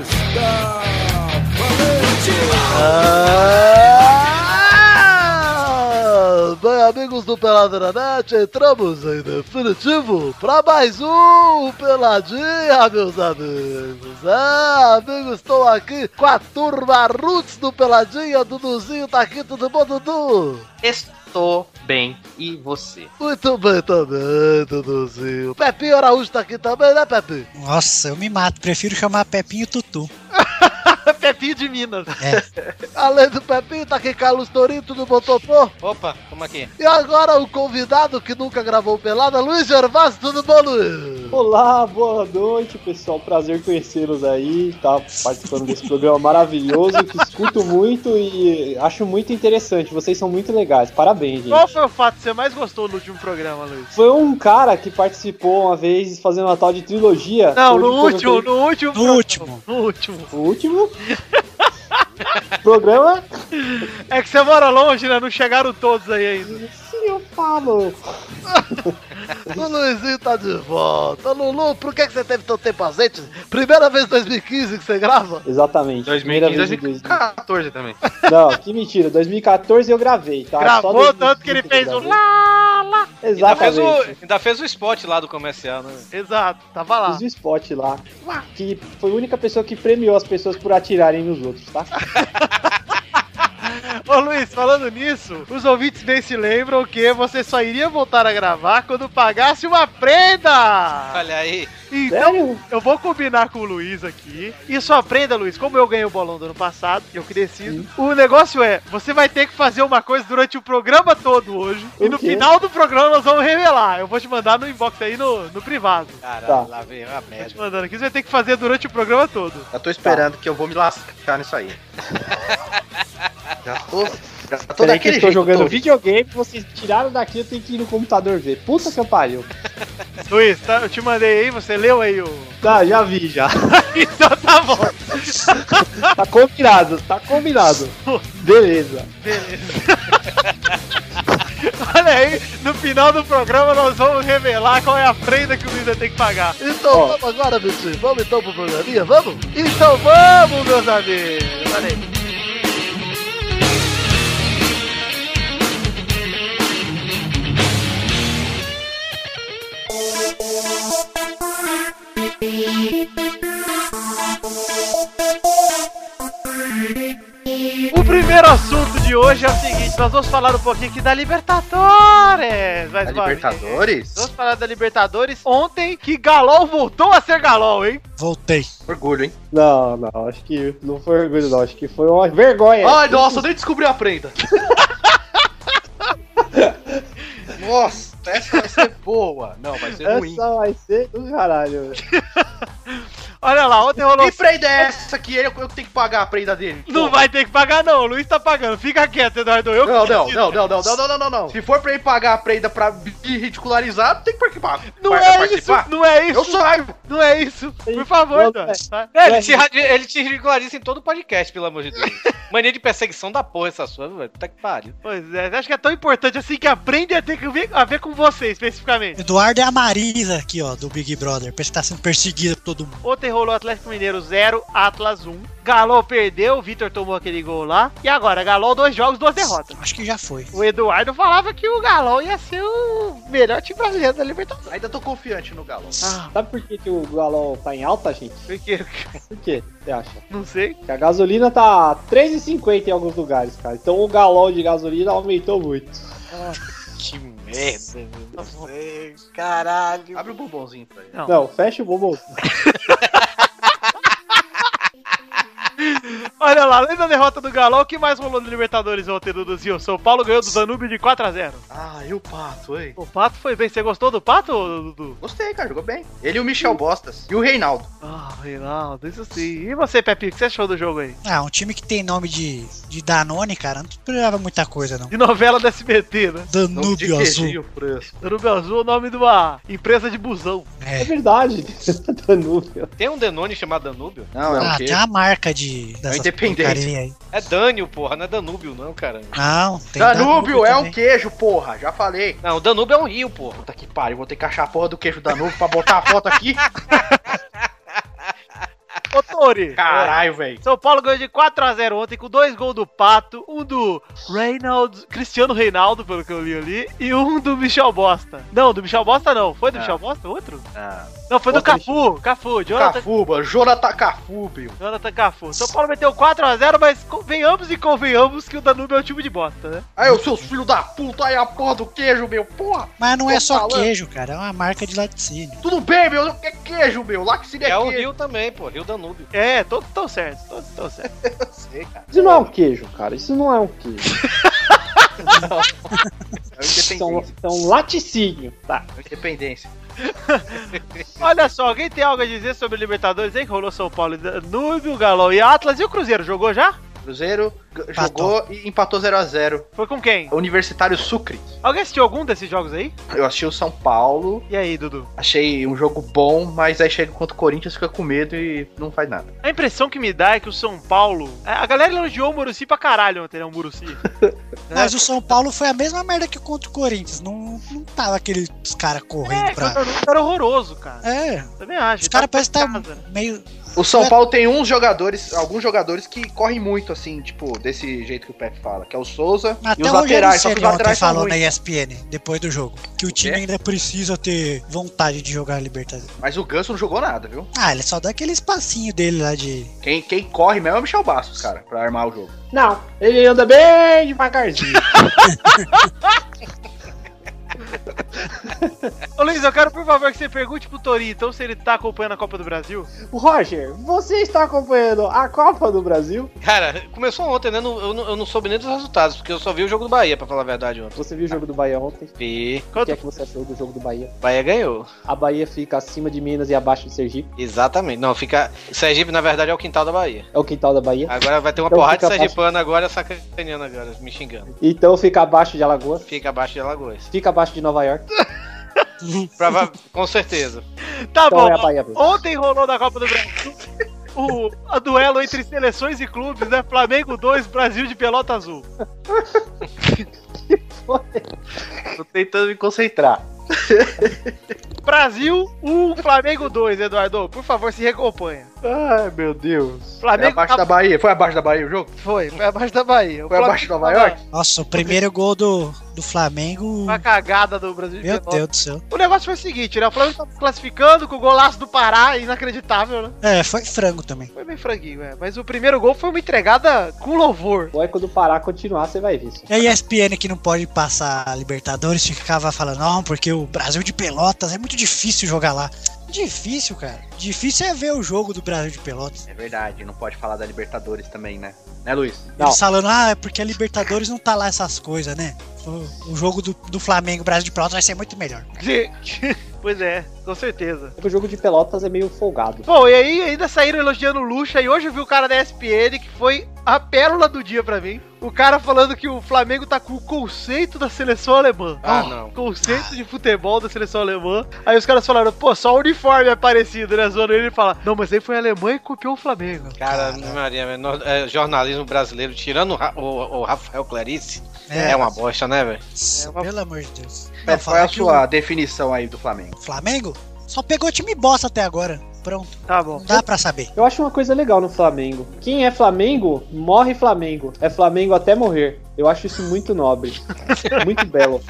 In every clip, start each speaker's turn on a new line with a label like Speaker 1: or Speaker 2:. Speaker 1: Está valente!
Speaker 2: Ah! Bem, amigos do Peladranet, entramos em definitivo para mais um Peladinha, meus amigos. Ah, amigos, estou aqui com a turma Roots do Peladinha. Duduzinho tá aqui, tudo bom, Dudu?
Speaker 3: Estou bem. E você?
Speaker 2: Muito bem também, Duduzinho. Pepinho Araújo tá aqui também, né, Pepinho?
Speaker 4: Nossa, eu me mato. Prefiro chamar Pepinho Tutu. É,
Speaker 5: Pepinho de Minas.
Speaker 2: Além do Pepinho, tá aqui Carlos Torito do Motopô.
Speaker 5: Opa, como aqui?
Speaker 2: E agora o convidado que nunca gravou pelada, Luiz Gervásio, tudo bom, Luiz?
Speaker 6: Olá, boa noite, pessoal. Prazer conhecê-los aí, tá participando desse programa maravilhoso que escuto muito e acho muito interessante. Vocês são muito legais. Parabéns,
Speaker 5: Qual
Speaker 6: gente.
Speaker 5: foi o fato que você mais gostou no último programa, Luiz?
Speaker 6: Foi um cara que participou uma vez fazendo uma tal de trilogia.
Speaker 5: Não,
Speaker 6: Foi
Speaker 5: no
Speaker 6: um
Speaker 5: último,
Speaker 6: programa-
Speaker 5: no último.
Speaker 4: No
Speaker 5: programa.
Speaker 4: último.
Speaker 5: No último.
Speaker 6: O último? programa?
Speaker 5: É que você mora longe, né? Não chegaram todos aí ainda.
Speaker 6: Sim, eu falo.
Speaker 2: O Luizinho tá de volta. Lulu, por que, que você teve tanto tempo azeite? Primeira vez em 2015 que você grava?
Speaker 6: Exatamente. Primeira
Speaker 3: 2015,
Speaker 6: vez em dois-
Speaker 3: 2014 também.
Speaker 6: Não, que mentira. 2014 eu gravei, tá?
Speaker 5: Gravou
Speaker 6: Só
Speaker 5: tanto que ele
Speaker 6: 2015
Speaker 5: fez
Speaker 6: eu
Speaker 5: um
Speaker 6: gravei.
Speaker 5: lá, lá.
Speaker 7: Ainda fez,
Speaker 6: Exatamente.
Speaker 7: o, ainda fez o spot lá do comercial, né?
Speaker 5: Exato, tava lá.
Speaker 6: Fiz o spot lá. Que foi a única pessoa que premiou as pessoas por atirarem nos outros, tá?
Speaker 3: Ah,
Speaker 5: Ô Luiz, falando nisso, os ouvintes bem se lembram que você só iria voltar a gravar quando pagasse uma prenda!
Speaker 7: Olha aí.
Speaker 5: Então
Speaker 6: Sério?
Speaker 5: eu vou combinar com o Luiz aqui. E sua prenda, Luiz, como eu ganhei o bolão do ano passado, eu que decido. O negócio é, você vai ter que fazer uma coisa durante o programa todo hoje. e
Speaker 6: O
Speaker 5: no
Speaker 6: quê?
Speaker 5: final do programa nós vamos revelar. Eu vou te mandar no inbox aí no, no privado.
Speaker 7: Caralho,
Speaker 6: Tá.
Speaker 7: lá veio uma
Speaker 5: Tô te
Speaker 7: merda.
Speaker 5: mandando aqui, você vai ter que fazer durante o programa todo.
Speaker 3: Já tô esperando que eu vou me lascar nisso aí. já tô. Já tô
Speaker 6: Peraí que
Speaker 3: daquele
Speaker 6: eu tô
Speaker 3: jeito
Speaker 6: jogando
Speaker 3: todo.
Speaker 6: videogame, vocês tiraram daqui, eu tenho que ir no computador ver. Puta que eu pariu.
Speaker 5: Luiz, tá, eu te mandei aí, você leu aí o.
Speaker 6: Tá, já vi, já.
Speaker 5: então tá bom.
Speaker 6: Tá combinado, tá combinado. Beleza.
Speaker 5: Olha aí, no final do programa nós vamos revelar qual é a prenda que o Luiz vai ter que pagar.
Speaker 2: Então
Speaker 6: Ó.
Speaker 2: vamos agora, bichinho. Vamos então pro programinha, vamos?
Speaker 5: Então vamos, meus amigos! Olha aí. O primeiro assunto de hoje é o seguinte: nós vamos falar um pouquinho aqui da Libertadores! Mais
Speaker 3: Da
Speaker 5: uma vez.
Speaker 3: Libertadores?
Speaker 5: Vamos falar da Libertadores ontem que Galol voltou a ser Galol, hein?
Speaker 4: Voltei.
Speaker 3: Orgulho, hein?
Speaker 6: Não, não, acho que não foi orgulho, não. Acho que foi uma vergonha.
Speaker 7: É. Ai, nossa, eu nem descobri a prenda.
Speaker 3: Nossa, essa vai ser boa. Não, vai
Speaker 7: É.
Speaker 3: ser ruim.
Speaker 6: Essa vai ser do caralho. velho.
Speaker 5: Olha lá, ontem rolou.
Speaker 7: Que prenda é essa que ele, eu que tenho que pagar a prenda dele?
Speaker 5: Não
Speaker 7: Porra.
Speaker 5: vai ter que pagar, não. O Luiz tá pagando. Fica quieto, Eduardo. Eu
Speaker 7: Não, não,
Speaker 5: decido.
Speaker 7: não, não, não, não, não, não, não, não. Se for pra ele pagar a prenda pra me ridicularizar, não tem que participar.
Speaker 5: Não
Speaker 7: par-
Speaker 5: é isso,
Speaker 7: participar.
Speaker 5: não é isso,
Speaker 7: Eu saio.
Speaker 5: não é isso. Por favor,
Speaker 6: Não,
Speaker 5: Eduardo. tá?
Speaker 6: Ué,
Speaker 7: É, Ele te, radi- ele te ridiculariza em todo o podcast, pelo amor de Deus. Mania de perseguição da porra essa sua, velho. Puta que pariu.
Speaker 5: Pois é, acho que é tão importante assim que aprende a ter que ver, a ver com você especificamente.
Speaker 4: Eduardo é a Marisa aqui, ó, do Big Brother. Parece que tá sendo perseguida por todo mundo.
Speaker 5: Ontem rolou Atlético Mineiro 0, Atlas 1. Galo perdeu, o Vitor tomou aquele gol lá. E agora, Galo dois jogos, duas derrotas.
Speaker 4: Acho que já foi.
Speaker 5: O Eduardo falava que o Galo ia ser o melhor time brasileiro da Libertadores.
Speaker 7: Ainda tô confiante no Galo.
Speaker 6: Sabe por que, que o Galol tá em alta, gente?
Speaker 5: Por quê?
Speaker 6: Por quê? Você acha?
Speaker 5: Não sei.
Speaker 6: Que a gasolina tá 3,50 em alguns lugares, cara. Então o galão de gasolina aumentou muito.
Speaker 7: Que merda. Tá
Speaker 3: Caralho. Abre o bombonzinho pra ele.
Speaker 6: Não, fecha o bobo.
Speaker 5: Olha lá, além da derrota do Galo, o que mais rolou no Libertadores ontem, Duduzinho? São Paulo ganhou do Danúbio de 4x0.
Speaker 3: Ah, e o Pato, hein?
Speaker 5: O Pato foi bem. Você gostou do Pato, Dudu?
Speaker 3: Gostei, cara, jogou bem. Ele e o Michel Bostas. E o Reinaldo.
Speaker 5: Ah, Reinaldo, isso sim. E você, Pepe, o que você achou do jogo aí?
Speaker 4: Ah, um time que tem nome de, de Danone, cara, não esperava muita coisa, não.
Speaker 5: De novela da SBT, né?
Speaker 3: Nome de
Speaker 4: Danúbio Azul.
Speaker 3: queijinho fresco.
Speaker 5: Danúbio Azul é o nome de uma empresa de busão.
Speaker 6: É
Speaker 4: É.
Speaker 6: verdade, tá Danúbio.
Speaker 7: Tem um Danone chamado Danúbio?
Speaker 3: Não, é o
Speaker 4: Ah,
Speaker 3: quê?
Speaker 4: tem a marca de. dessas
Speaker 3: Independência.
Speaker 4: porcaria aí.
Speaker 7: É Dânio, porra, não é Danúbio, não, cara.
Speaker 4: Não, tem.
Speaker 3: Danúbio é um
Speaker 4: também.
Speaker 3: queijo, porra. Já falei.
Speaker 7: Não, o Danúbio é um rio, porra.
Speaker 3: Puta que pariu, vou ter que achar a porra do queijo Danúbio pra botar a foto aqui.
Speaker 5: Ô, Tori,
Speaker 3: Caralho, velho.
Speaker 5: São Paulo ganhou de 4x0 ontem com dois gols do Pato, um do Reynaldo, Cristiano Reinaldo, pelo que eu li ali, e um do Michel Bosta. Não, do Michel Bosta não. Foi do
Speaker 3: Não.
Speaker 5: Michel Bosta? Outro?
Speaker 3: Ah,
Speaker 5: Não, foi É. do
Speaker 6: Outro
Speaker 5: Cafu. Cafu, Jonathan,
Speaker 3: Cafuba, Jonathan Cafúbio.
Speaker 5: Jonathan Cafu. São Paulo meteu 4x0, mas convenhamos e convenhamos que o Danúbio é um time de bosta, né?
Speaker 3: Aí, os seus filhos da puta, aí a porra do queijo, meu, porra.
Speaker 4: Mas não
Speaker 3: Tô
Speaker 4: é só
Speaker 3: falando.
Speaker 4: queijo, cara, é uma marca de laticínio.
Speaker 3: Tudo bem, meu, é queijo, meu. Lá que seria
Speaker 7: É um
Speaker 3: queijo.
Speaker 7: rio também, pô, Rio Danúbio.
Speaker 5: É, todos estão certos, todos estão certos.
Speaker 3: Sei, cara.
Speaker 6: Isso não é um queijo, cara. Isso não é um queijo. Isso é um,
Speaker 3: É o independência.
Speaker 6: isso é um laticínio. Tá.
Speaker 3: É o independência.
Speaker 5: Olha só, alguém tem algo a dizer sobre o Libertadores, hein? Que rolou São Paulo, e Danúbio, Galão e Atlas. E o Cruzeiro, jogou já?
Speaker 3: Cruzeiro g-
Speaker 4: Empatou.
Speaker 3: jogou e empatou 0x0.
Speaker 5: Foi com quem?
Speaker 3: Universitário Sucre.
Speaker 5: Alguém assistiu algum desses jogos aí?
Speaker 3: Eu achei o São Paulo,
Speaker 5: E aí, Dudu?
Speaker 3: achei um jogo bom, mas aí chega contra o Corinthians, fica com medo e não faz nada.
Speaker 5: A impressão que me dá é que o São Paulo. é, A galera elogiou o Muruci pra caralho ontem, né? O Muruci.
Speaker 3: É.
Speaker 4: Mas o São Paulo foi a mesma merda que contra o Corinthians. Não, não tava aqueles caras correndo
Speaker 5: É,
Speaker 4: pra.
Speaker 5: era horroroso, cara.
Speaker 4: É,
Speaker 5: Também acho.
Speaker 4: os
Speaker 3: Tá
Speaker 4: caras parecem estar
Speaker 5: casa, né?
Speaker 4: meio.
Speaker 3: O São Paulo tem uns jogadores, alguns jogadores que correm muito, assim, tipo, desse jeito que o Pepe fala, que é o Souza e
Speaker 4: Até
Speaker 3: os
Speaker 4: o Rogério
Speaker 3: laterais, só que os
Speaker 4: Ceni ontem
Speaker 3: laterais são
Speaker 4: falou na
Speaker 3: ruins. É?
Speaker 4: ESPN, depois do jogo, que o time
Speaker 3: quê?
Speaker 4: ainda precisa ter vontade de jogar a Libertadores.
Speaker 3: Mas o Ganso não jogou nada, viu?
Speaker 4: Ah, ele só dá aquele espacinho dele lá de.
Speaker 3: Quem, quem corre mesmo é o Michel Bastos, cara, pra armar o jogo.
Speaker 6: Não, ele anda bem devagarzinho.
Speaker 5: Ô Luiz, eu quero, por favor, que você pergunte pro Tori, então, se ele tá acompanhando a Copa do Brasil.
Speaker 6: Roger, você está acompanhando a Copa do Brasil?
Speaker 7: Cara, começou ontem, né? Não- Eu não, eu não soube nem dos resultados, porque eu só vi o jogo do Bahia, pra falar a verdade, ontem.
Speaker 6: Você viu o jogo do Bahia ontem?
Speaker 7: E
Speaker 6: O
Speaker 5: Quanto-
Speaker 6: que é que você achou do jogo do Bahia?
Speaker 7: Bahia ganhou.
Speaker 6: A Bahia fica acima de Minas e abaixo de Sergipe.
Speaker 7: Exatamente. Não, fica. Sergipe, na verdade, é o quintal da Bahia.
Speaker 6: É o quintal da Bahia.
Speaker 5: Ah.
Speaker 7: Agora vai ter uma
Speaker 6: Então
Speaker 7: porrada de
Speaker 6: fica
Speaker 7: sergipano agora sacaneando agora, me xingando.
Speaker 6: Então fica abaixo de Alagoas.
Speaker 7: Fica abaixo de Alagoas.
Speaker 6: Fica abaixo de Nova York.
Speaker 7: Prova- Com certeza.
Speaker 5: Tá
Speaker 6: Então
Speaker 5: bom.
Speaker 6: é a Bahia mesmo.
Speaker 5: Ontem rolou na Copa do Brasil o a duelo entre seleções e clubes, né? Flamengo 2, Brasil de Pelota Azul.
Speaker 3: Tô tentando me concentrar.
Speaker 5: Brasil 1, Flamengo 2, Eduardo. Por favor, se recomponha.
Speaker 3: Ai, meu Deus. Foi
Speaker 5: Flamengo
Speaker 3: abaixo
Speaker 5: tá-
Speaker 3: da Bahia. Foi abaixo da Bahia o jogo?
Speaker 5: Foi, foi abaixo da Bahia. O
Speaker 3: Foi abaixo de
Speaker 5: Flamengo tá
Speaker 3: Nova
Speaker 5: tava
Speaker 3: York?
Speaker 4: Nossa, o primeiro gol do, do Flamengo.
Speaker 5: com a cagada do Brasil de
Speaker 4: Meu
Speaker 5: Pelota.
Speaker 4: Deus do céu.
Speaker 5: O negócio foi o seguinte, né? O Flamengo tava se classificando com o golaço do Pará, inacreditável, né?
Speaker 4: É, foi frango também.
Speaker 5: Foi bem franguinho, é. Mas o primeiro gol foi uma entregada com louvor.
Speaker 6: Vai é quando parar continuar, você vai ver isso.
Speaker 4: E a ESPN que não pode passar a Libertadores ficava falando, não, porque o Brasil de Pelotas é muito difícil jogar lá. Difícil, cara. Difícil é ver o jogo do Brasil de Pelotas.
Speaker 3: É verdade, não pode falar da Libertadores também, né? Né, Luiz?
Speaker 6: Não.
Speaker 4: Eles falando, ah, é porque a Libertadores não tá lá essas coisas, né? O, o jogo do, do Flamengo, Brasil de Pelotas, vai ser muito melhor. né?
Speaker 5: pois é, com certeza.
Speaker 6: É que o jogo de pelotas é meio folgado.
Speaker 5: Bom, e aí ainda saíram elogiando o Lucha e hoje eu vi o cara da ESPN que foi a pérola do dia pra mim. O cara falando que o Flamengo tá com o conceito da seleção alemã.
Speaker 7: Ah, não.
Speaker 5: Conceito de futebol da seleção alemã. Aí os caras falaram, pô, só o uniforme é parecido, né? Zona ele fala, não, mas aí foi a Alemanha e copiou o Flamengo.
Speaker 7: Cara, Maria, velho, nós- é, jornalismo brasileiro, tirando o, Ra- o- o Rafael Clarice, é, uma bosta, né, velho?
Speaker 4: Nossa,
Speaker 5: é uma-
Speaker 4: Pelo amor de Deus.
Speaker 3: Pepe, qual é a
Speaker 4: que o
Speaker 3: sua definição aí do Flamengo?
Speaker 4: Flamengo só pegou time bosta até agora. Pronto,
Speaker 5: Tá bom.
Speaker 4: não dá pra saber.
Speaker 6: Eu acho uma coisa legal no Flamengo. Quem é Flamengo, morre Flamengo. É Flamengo até morrer. Eu acho isso muito nobre. muito belo.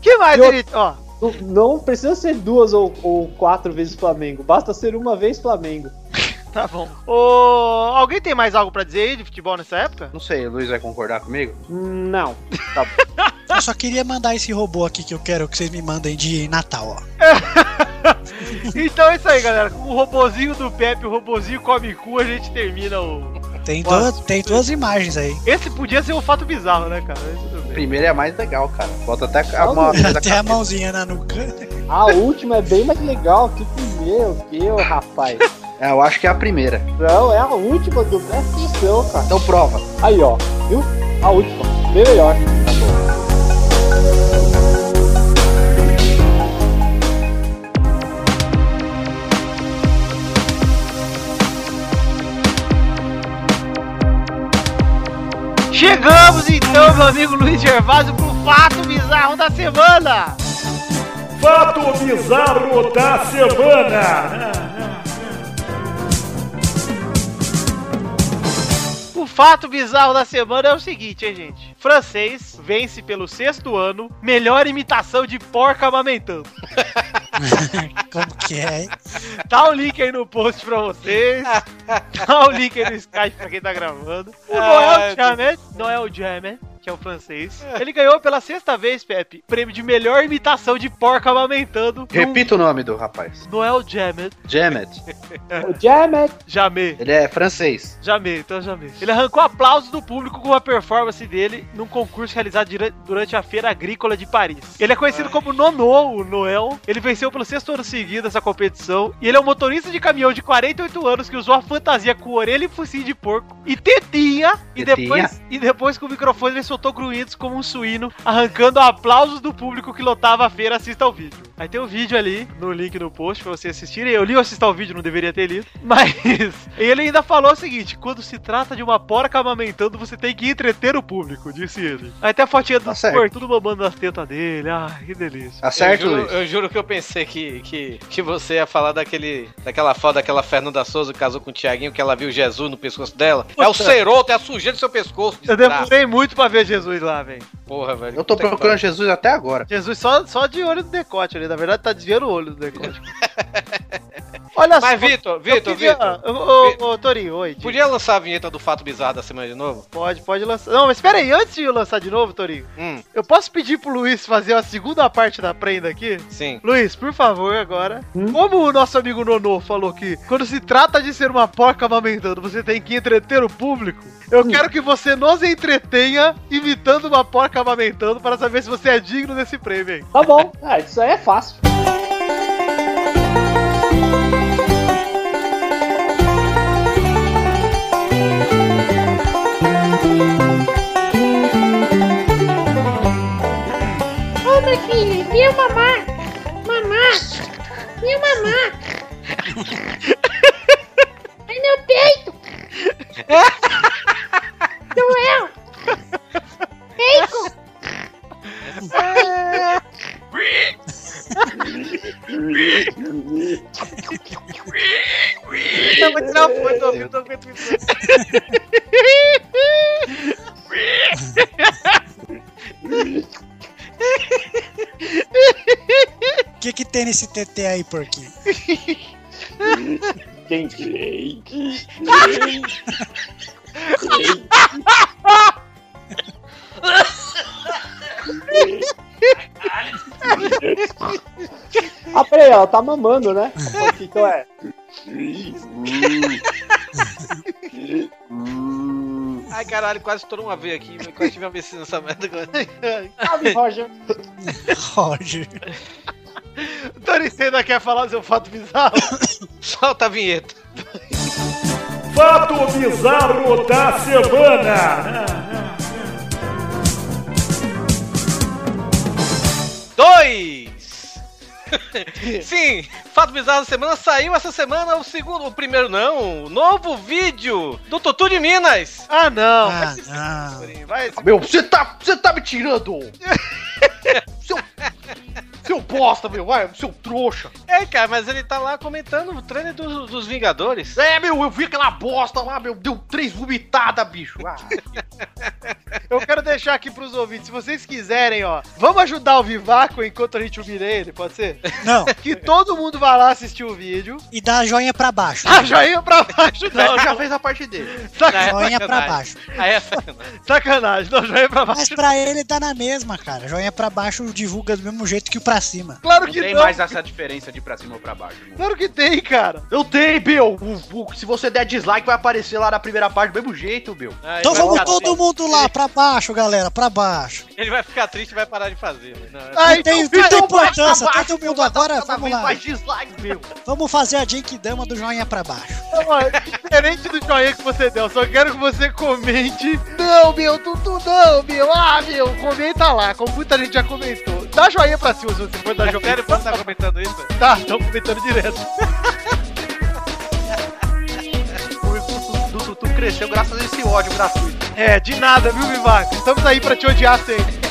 Speaker 5: que mais,
Speaker 6: é- E o-
Speaker 5: ele? Ó,
Speaker 6: Não- Não precisa ser duas ou, ou quatro vezes Flamengo. Basta ser uma vez Flamengo.
Speaker 5: Tá bom. Ô, alguém tem mais algo pra dizer aí de futebol nessa época?
Speaker 3: Não sei, o Luiz vai concordar comigo?
Speaker 6: Hum, Não.
Speaker 4: Eu só queria mandar esse robô aqui que eu quero que vocês me mandem de Natal, ó.
Speaker 5: Então é isso aí, galera. Com o robozinho do Pepe, o robozinho come cu, a gente termina o.
Speaker 4: Tem,
Speaker 5: Nossa.
Speaker 4: duas, tem duas imagens aí.
Speaker 5: Esse podia ser um fato bizarro, né, cara? Mas tudo bem.
Speaker 3: Primeiro é a mais legal, cara. Bota até a
Speaker 6: Não,
Speaker 3: mão atrás da
Speaker 4: Até a
Speaker 3: cabeça.
Speaker 4: mãozinha na nuca.
Speaker 6: A última é bem mais legal que o primeiro. Meu rapaz.
Speaker 5: É, eu acho que é a primeira.
Speaker 6: Não, é a última do presta atenção, cara.
Speaker 5: Então prova.
Speaker 6: Aí, ó, viu? A última. Bem melhor. Tá
Speaker 3: Chegamos então, meu amigo Luiz Gervásio, pro fato bizarro da semana!
Speaker 8: Fato bizarro da semana.
Speaker 3: O fato bizarro da semana é o seguinte, hein, gente? Francês vence pelo sexto ano melhor imitação de porca amamentando.
Speaker 4: Como que é, hein?
Speaker 3: Tá o link aí no post pra vocês. Tá o link aí no Skype pra quem tá gravando. O Noel Jamet, Noel Jamet, que é o francês, ele ganhou pela sexta vez, Pepe, o prêmio de melhor imitação de porca amamentando.
Speaker 5: Repita o nome do rapaz.
Speaker 3: Noel Jamet,
Speaker 5: Jamet.
Speaker 6: O Jamet.
Speaker 3: Jamé,
Speaker 5: Ele é francês.
Speaker 3: Jamé, então Jamé. Ele arrancou aplausos do público com a performance dele num concurso realizado dira- durante a Feira Agrícola de Paris. Ele é conhecido como Nono, o Noel. Ele venceu pelo sexto ano seguido essa competição e ele é um motorista de caminhão de 48 anos que usou a fantasia com orelha e focinho de porco e tetinha e
Speaker 5: Tetinha.
Speaker 3: depois e depois com o microfone ele soltou grunhidos como um suíno, arrancando aplausos do público que lotava a feira. Assista ao vídeo. Aí tem o vídeo ali no link no post pra vocês assistirem. Eu li ou assistir ao vídeo, não deveria ter lido. Mas ele ainda falou o seguinte: quando se trata de uma porca amamentando, você tem que entreter o público, disse ele. Aí tem a fotinha do
Speaker 5: Tá certo.
Speaker 3: porco, tudo mamando nas tetas dele. Ai, que delícia.
Speaker 5: Tá certo,
Speaker 7: eu, juro,
Speaker 5: Luiz?
Speaker 7: eu juro que eu pensei que, que, que você ia falar daquele, daquela foto daquela Fernanda Souza que casou com o Tiaguinho, que ela viu Jesus no pescoço dela. É o ceroto, é a sujeira do seu pescoço.
Speaker 3: Eu
Speaker 7: desgraça.
Speaker 3: demorei muito pra ver Jesus lá, velho.
Speaker 7: Porra, velho.
Speaker 5: Eu tô
Speaker 7: Puta que
Speaker 5: procurando Jesus até agora.
Speaker 3: Jesus só, só de olho no decote ali. Na verdade, tá desviando o olho do decote. Olha
Speaker 7: pariu. Mas, Vitor, Vitor,
Speaker 3: eu queria-
Speaker 7: Vitor.
Speaker 3: Ô, ô, ô, Torinho, oi. diga.
Speaker 7: Podia lançar a vinheta do fato bizarro da semana de novo?
Speaker 3: Pode, pode lançar. Não, mas espera aí, antes de eu lançar de novo, Torinho,
Speaker 7: Hum,
Speaker 3: eu posso pedir pro Luiz fazer a segunda parte da prenda aqui?
Speaker 7: sim.
Speaker 3: Luiz, por favor, agora. Como o nosso amigo Nonô falou que quando se trata de ser uma porca amamentando, você tem que entreter o público, eu quero que você nos entretenha imitando uma porca amamentando para saber se você é digno desse prêmio, hein?
Speaker 6: Tá bom. Ah, isso aí é fácil.
Speaker 9: Ô, meu filho, viu, mamá? Mamá! Viu, mamá? Ai, meu peito! Doeu! Peito!
Speaker 3: Eu vou tirar a foto, eu não aguento isso.
Speaker 4: O que, que tem nesse TT aí, porquinho?
Speaker 6: Gente. Ah, peraí, ela tá mamando, né? O que que é?
Speaker 7: Ai, caralho, quase estourou uma veia aqui. mas Quase tive uma vez nessa merda. agora.
Speaker 6: Sabe, Roger?
Speaker 4: Roger.
Speaker 3: Torinho, você ainda quer falar do seu fato bizarro?
Speaker 7: Solta a vinheta.
Speaker 8: Fato bizarro da semana.
Speaker 7: Dois! Sim, Fato Bizarro da Semana saiu essa semana o segundo, o primeiro não, o novo vídeo do Tutu de Minas.
Speaker 3: Ah, não.
Speaker 4: Ah, não.
Speaker 3: Vai, se
Speaker 5: Meu, você tá, você tá me tirando! seu, seu bosta, meu, vai, seu trouxa!
Speaker 7: É, cara, mas ele tá lá comentando o trailer dos, dos Vingadores.
Speaker 5: É, meu, eu vi aquela bosta lá, meu, deu três vomitadas, bicho! Ah,
Speaker 3: Eu quero deixar aqui pros ouvintes, se vocês quiserem, ó, vamos ajudar o Vivaco enquanto a gente humilha ele, pode ser?
Speaker 4: Não,
Speaker 3: Que todo mundo vá lá assistir o vídeo.
Speaker 4: e dá joinha pra baixo.
Speaker 5: Ah,
Speaker 3: Tá joinha pra baixo, não.
Speaker 5: não, já fez a parte dele.
Speaker 3: Saca-
Speaker 4: Joinha pra
Speaker 7: É, sacanagem.
Speaker 4: baixo.
Speaker 7: Aí é sacanagem.
Speaker 3: sacanagem, não, joinha pra baixo.
Speaker 4: Mas pra ele tá na mesma, cara. Joinha pra baixo divulga do mesmo jeito que o pra cima.
Speaker 3: Claro
Speaker 10: Não
Speaker 3: que
Speaker 10: tem
Speaker 3: não.
Speaker 10: mais essa diferença de pra cima ou pra baixo. Não.
Speaker 3: Claro que tem, cara.
Speaker 5: Eu tenho, meu! o- o- se você der dislike, vai aparecer lá na primeira parte do mesmo jeito, meu.
Speaker 7: Aí
Speaker 4: Então
Speaker 7: vai
Speaker 4: vamos
Speaker 7: ficar
Speaker 4: todo
Speaker 7: assim.
Speaker 4: mundo lá pra baixo, galera, pra baixo.
Speaker 7: Ele vai ficar triste e vai parar de fazer. mas não, é-
Speaker 5: Ah,
Speaker 3: Ah,
Speaker 4: Não
Speaker 5: então
Speaker 4: tem, não
Speaker 3: Então,
Speaker 4: tem importância, tá todo mundo agora, vamos lá.
Speaker 5: Faz dislike mesmo.
Speaker 4: Vamos fazer a Jake Dama do joinha pra baixo.
Speaker 5: Não, é diferente do joinha que você deu, só quero que você comente.
Speaker 2: Não, meu, Tutu, não, meu. Ah, meu.
Speaker 5: Comenta lá, como muita gente já comentou. Dá joinha pra cima se você for dar
Speaker 7: É
Speaker 5: joinha.
Speaker 7: sério, você tá comentando isso?
Speaker 5: Tá, estão comentando direto.
Speaker 11: O Tutu- do Tutu cresceu graças a esse ódio gratuito.
Speaker 5: É, de nada, viu, Vivaco? Estamos aí pra te odiar sempre.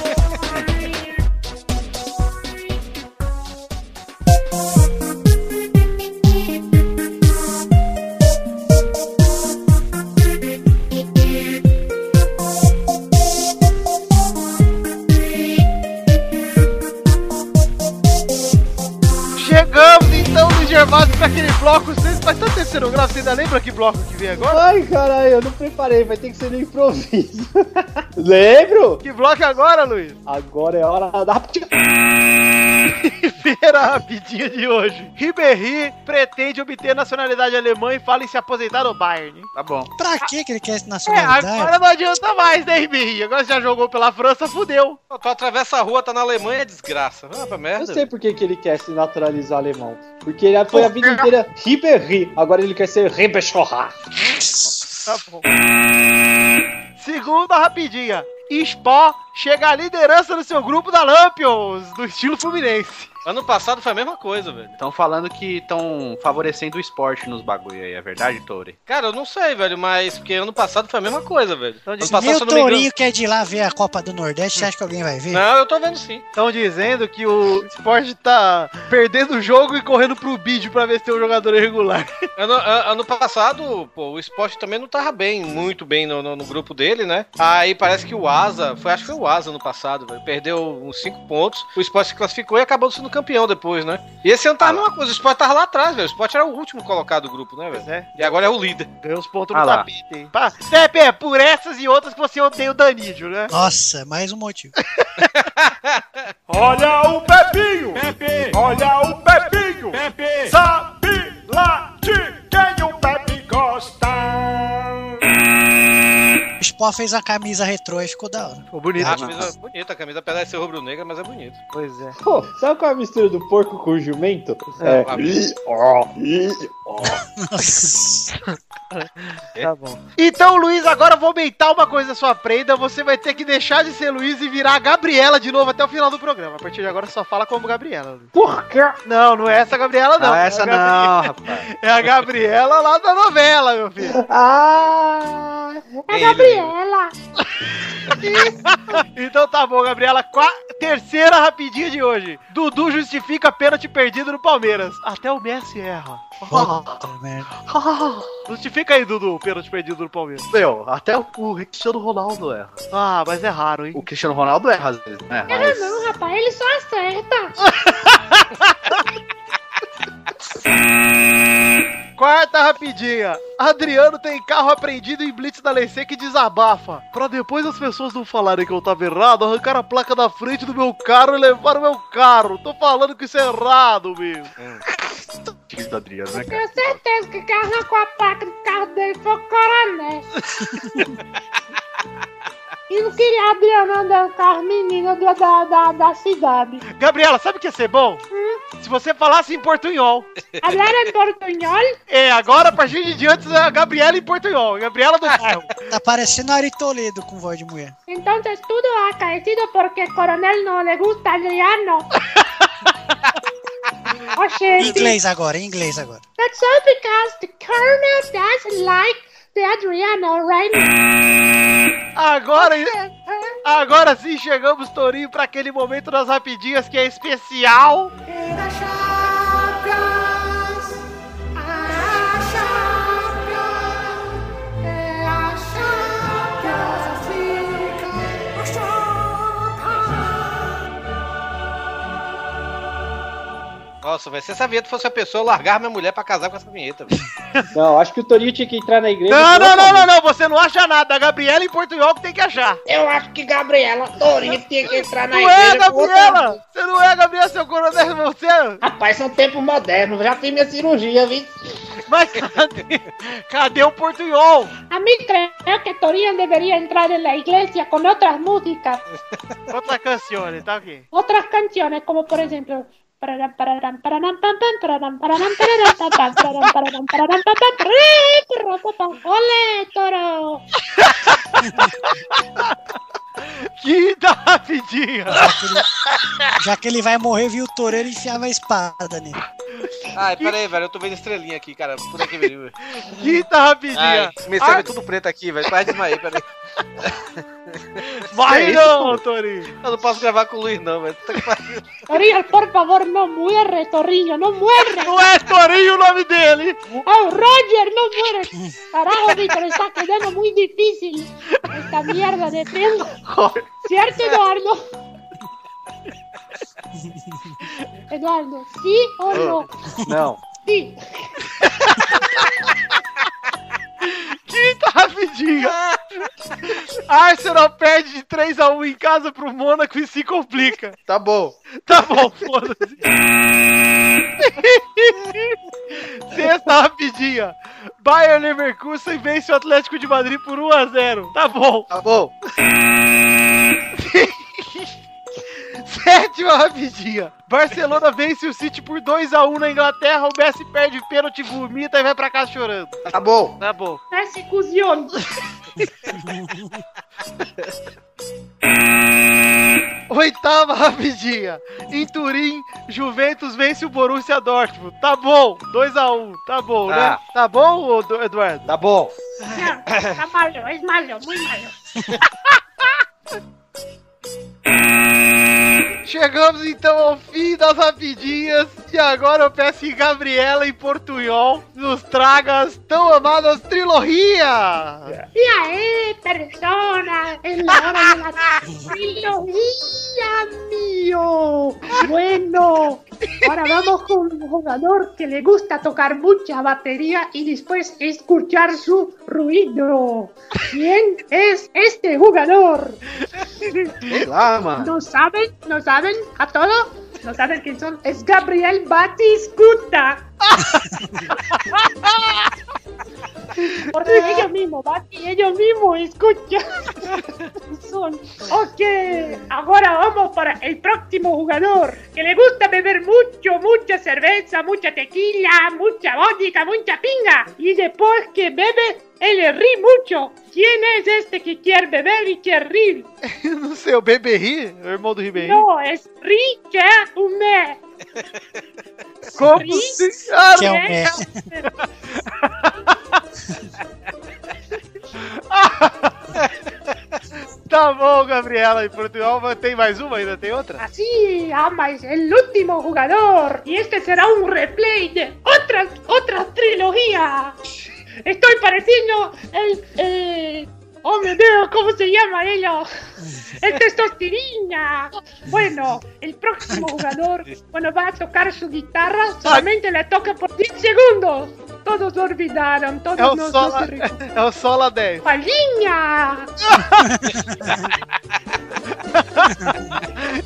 Speaker 5: Chegamos então no Gervásio pra aquele bloco. Vocês faz tanto tempo que você não grava, você ainda lembra que bloco que vem agora?
Speaker 6: Ai, caralho, eu não preparei, vai ter que ser no improviso. Lembro?
Speaker 5: Que bloco é agora, Luiz?
Speaker 6: Agora é hora da.
Speaker 5: Primeira rapidinha de hoje. Ribéry pretende obter nacionalidade alemã e fala em se aposentar no Bayern.
Speaker 11: Tá bom.
Speaker 4: Pra que que ele quer essa
Speaker 5: É,
Speaker 4: nacionalidade?
Speaker 5: agora não adianta mais, né, Ribéry? Agora você já jogou pela França, fudeu.
Speaker 7: Pô, Tu atravessa a rua, tá na Alemanha, é desgraça. Ah, pra merda.
Speaker 6: Eu sei por que, que ele quer se naturalizar alemão. Porque ele foi a vida inteira Ribéry, agora ele quer ser Rebechorra.
Speaker 5: Tá bom. Segunda rapidinha. Spó chega à liderança do seu grupo da Lampions, do estilo Fluminense.
Speaker 7: Ano passado foi a mesma coisa, velho.
Speaker 11: Estão falando que estão favorecendo o esporte nos bagulho aí, é verdade, Tori?
Speaker 7: Cara, eu não sei, velho, mas porque ano passado foi a mesma coisa, velho.
Speaker 5: Então,
Speaker 7: Ano
Speaker 5: diz-
Speaker 7: passado,
Speaker 4: Nem
Speaker 7: se
Speaker 4: o
Speaker 7: eu não me engano.
Speaker 4: Tourinho quer de ir lá ver a Copa do Nordeste, você acha que alguém vai ver?
Speaker 7: um Não, eu tô vendo sim.
Speaker 5: Estão dizendo que o esporte tá perdendo o jogo e correndo pro bid pra ver se tem um jogador irregular.
Speaker 7: Ano, a- ano passado, pô, o esporte também não tava bem, muito bem no, no- no grupo dele, né? Aí parece que o Asa, foi, acho que foi o Asa ano passado, velho, perdeu uns 5 pontos, o esporte se classificou e acabou sendo campeão depois, né? E esse ano tava a mesma coisa, o esporte tava lá atrás, velho. O esporte era o último colocado do grupo, né, velho?
Speaker 5: É.
Speaker 7: E agora é o líder.
Speaker 5: Ganhou os pontos no
Speaker 11: Ah lá.
Speaker 5: tapete, hein? Pá. Pepe, é por essas e outras que você odeia o Danídio, né?
Speaker 4: Nossa, mais um motivo.
Speaker 1: Olha o Pepinho! Olha o Pepinho! Sabe lá de quem o Pepe gosta?
Speaker 4: O Sport fez a camisa retrô e ficou da hora.
Speaker 5: Ficou bonito.
Speaker 7: Ah, A camisa bonita, a camisa, apesar de ser rubro-negra, mas é bonita.
Speaker 5: Pois é.
Speaker 6: Pô, sabe qual é a mistura do porco com o jumento? É. Ih, ó, ih, ó.
Speaker 4: Nossa.
Speaker 5: Tá bom. Então, Luiz, agora eu vou aumentar uma coisa da sua prenda. Você vai ter que deixar de ser Luiz e virar a Gabriela de novo até o final do programa. A partir de agora só fala como Gabriela. Luiz.
Speaker 6: Por quê?
Speaker 5: Não, não é essa Gabriela,
Speaker 7: Ah,
Speaker 5: não.
Speaker 11: Não, essa
Speaker 5: é a Gabri-
Speaker 11: não, rapaz.
Speaker 5: É a Gabriela lá da novela, meu filho.
Speaker 6: Ah!
Speaker 9: É Gabriela.
Speaker 5: Então tá bom, Gabriela. Qua- Terceira rapidinha de hoje. Dudu justifica pênalti perdido no Palmeiras. Até o Messi erra.
Speaker 4: Puta merda.
Speaker 5: Justifica aí, Dudu, o pênalti perdido no Palmeiras.
Speaker 11: Meu, até o, o Cristiano Ronaldo erra.
Speaker 5: Ah, mas é raro, hein?
Speaker 11: O Cristiano Ronaldo erra às vezes, né?
Speaker 9: Ah,
Speaker 11: Mas...
Speaker 9: não, rapaz, ele só acerta.
Speaker 5: Quarta rapidinha. Adriano tem carro apreendido em Blitz da Lei Seca e desabafa. Pra depois as pessoas não falarem que eu tava errado, arrancaram a placa da frente do meu carro e levaram meu carro. Tô falando que isso é errado, meu.
Speaker 11: É. Do Adriano, né, cara?
Speaker 9: Tenho certeza que quem arrancou a placa do carro dele foi o coronel. E não queria Adriano andando com as meninas da, da, da, da cidade. Hum?
Speaker 5: Gabriela, sabe o que ia ser bom? Se você falasse em portunhol.
Speaker 9: Adriano é portunhol?
Speaker 5: É, agora, a partir de diante, a Gabriela em portunhol. Gabriela do bairro.
Speaker 4: Tá parecendo Ari Toledo com voz de mulher.
Speaker 9: Entonces todo ha caído tá porque el coronel no le gusta italiano.
Speaker 4: Em
Speaker 9: Oye,
Speaker 4: inglês agora, em inglês agora.
Speaker 9: that's all because the colonel doesn't like the Adriano right now.
Speaker 5: Agora, agora sim chegamos, Torinho, pra aquele momento das rapidinhas que é especial.
Speaker 7: Nossa, Nossa, velho, se essa vinheta fosse a pessoa, eu largava minha mulher pra casar com essa vinheta. velho.
Speaker 6: Não, acho que o Torinho tinha que entrar na igreja.
Speaker 5: Não, não, não, não, não, você não acha nada. A Gabriela em Portugal que tem que achar.
Speaker 12: Eu acho que Gabriela Torinho tinha que entrar na
Speaker 5: Não é,
Speaker 12: igreja. com outra-
Speaker 5: Gabriela! Você não é, Gabriela, seu coronel, você! é-
Speaker 12: Rapaz, são tempos modernos. Já fiz minha cirurgia, viu?
Speaker 5: Mas cadê, cadê o Portunhol?
Speaker 9: A mí creo que Torino debería entrar en la iglesia con otras músicas,
Speaker 5: Outra canção, tá aqui.
Speaker 9: otras canciones, como por ejemplo. pararam, pararam, pararam, pam, pam, pararam, pararam, pararam, pam, pam, pararam, pararam, pararam, pam, pam, ¡Eh, paré, perro, pam, pam. ¡Ole, toro!
Speaker 5: Que tá da rapidinha!
Speaker 4: Já que ele vai morrer, viu o toureiro enfiava a espada nele.
Speaker 7: Ai, peraí, velho, eu tô vendo estrelinha aqui, cara. Puta que pariu.
Speaker 5: Que tá da
Speaker 7: Ai,
Speaker 5: rapidinha!
Speaker 7: comecei a ver tudo preto aqui, velho. Quase desmaiei, peraí.
Speaker 5: Vai não, Torinho!
Speaker 7: Eu não posso gravar com o Luiz, não, velho. Puta que pariu.
Speaker 9: Torino, por favor, no muere, Torino, no muere.
Speaker 5: Não é Torinho o nome dele!
Speaker 9: ¡Oh, Roger, no muere! Carajo, Víctor, está quedando muy difícil esta mierda de tiempo. ¿Cierto, Eduardo? Eduardo, ¿sí o no?
Speaker 6: Não.
Speaker 9: Sí.
Speaker 5: Que tá da rapidinha! Arsenal perde de 3x1 em casa pro Mônaco e se complica.
Speaker 3: Tá bom.
Speaker 5: Tá bom, foda-se. Sexta rapidinha. Bayern Leverkusen vence o Atlético de Madrid por 1x0. Tá bom.
Speaker 3: Tá bom.
Speaker 5: Sétima rapidinha. Barcelona vence o City por 2x1 na Inglaterra. O Messi perde o pênalti, vomita e vai pra casa chorando.
Speaker 3: Tá bom.
Speaker 5: Tá bom.
Speaker 9: Persecución.
Speaker 5: Oitava rapidinha. Em Turim, Juventus vence o Borussia Dortmund. Tá bom. 2x1. Tá bom, né?
Speaker 3: Ah.
Speaker 7: Tá.
Speaker 5: Tá bom, ô, Edu- Eduardo?
Speaker 3: Tá bom.
Speaker 12: Não, tá malo, é malo, muito malo.
Speaker 5: Chegamos então ao fim das rapidinhas e agora eu peço que Gabriela em Portunhol nos traga as tão amadas
Speaker 3: É.
Speaker 5: trilogia!
Speaker 9: Y ahí, persona, en la hora de la trilogía mío. Bueno, ahora vamos con un jugador que le gusta tocar mucha batería y después escuchar su ruido. ¿Quién es este jugador?
Speaker 3: Sei lá, mano.
Speaker 9: ¿No saben? ¿No saben? ¿A todo? ¿No saben quién son? Es Gabriel Batiscuta. Porque ellos mismos, Bati, ellos mismos, escucha. Son. Ok, ahora vamos para el próximo jugador que le gusta beber mucho, mucha cerveza, mucha tequila, mucha vodka, mucha pinga. Y después que bebe, él le ríe mucho. ¿Quién es este que quiere beber y quiere rir?
Speaker 5: Não sei, o Beberri, o irmão do Ribeirinho.
Speaker 9: No, es ¿eh? rica Humé.
Speaker 5: Como
Speaker 9: Ri-
Speaker 5: se... Ah,
Speaker 4: Que é o
Speaker 9: né?
Speaker 4: Mé.
Speaker 5: tá bom, Gabriela em Portunhol. mas
Speaker 9: este
Speaker 5: Tem mais uma? Ainda tem outra?
Speaker 9: Así, ama, es el último jugador. Y este será un replay de otra, otra trilogía. Estoy pareciendo el... Eh, oh, mi Dios, ¿cómo se llama ella? El testosterina. Bueno, el próximo jugador, cuando va a tocar su guitarra, solamente la toca por 10 segundos. Todos lo olvidaron, todos
Speaker 5: É o
Speaker 9: nos-
Speaker 5: Sola,
Speaker 9: nos recordaron.
Speaker 5: é o Sola 10.
Speaker 9: Palhinha!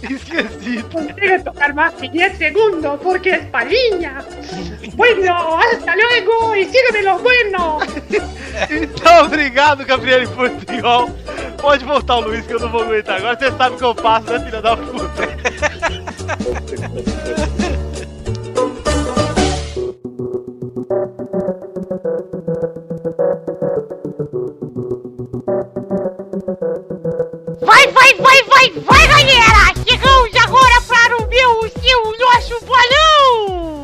Speaker 5: Esqueci.
Speaker 9: Consigue tocar más que 10 segundos porque es palhinha. Bueno, hasta luego y sígueme los buenos.
Speaker 5: Então, obrigado, Gabriela em Portunhol. Pode voltar o Luiz, que eu não vou aguentar. Agora você sabe o que eu faço, né, filha da puta?
Speaker 9: Vai, vai, vai, vai, vai, galera! Chegamos agora para o meu, o seu, o nosso balão!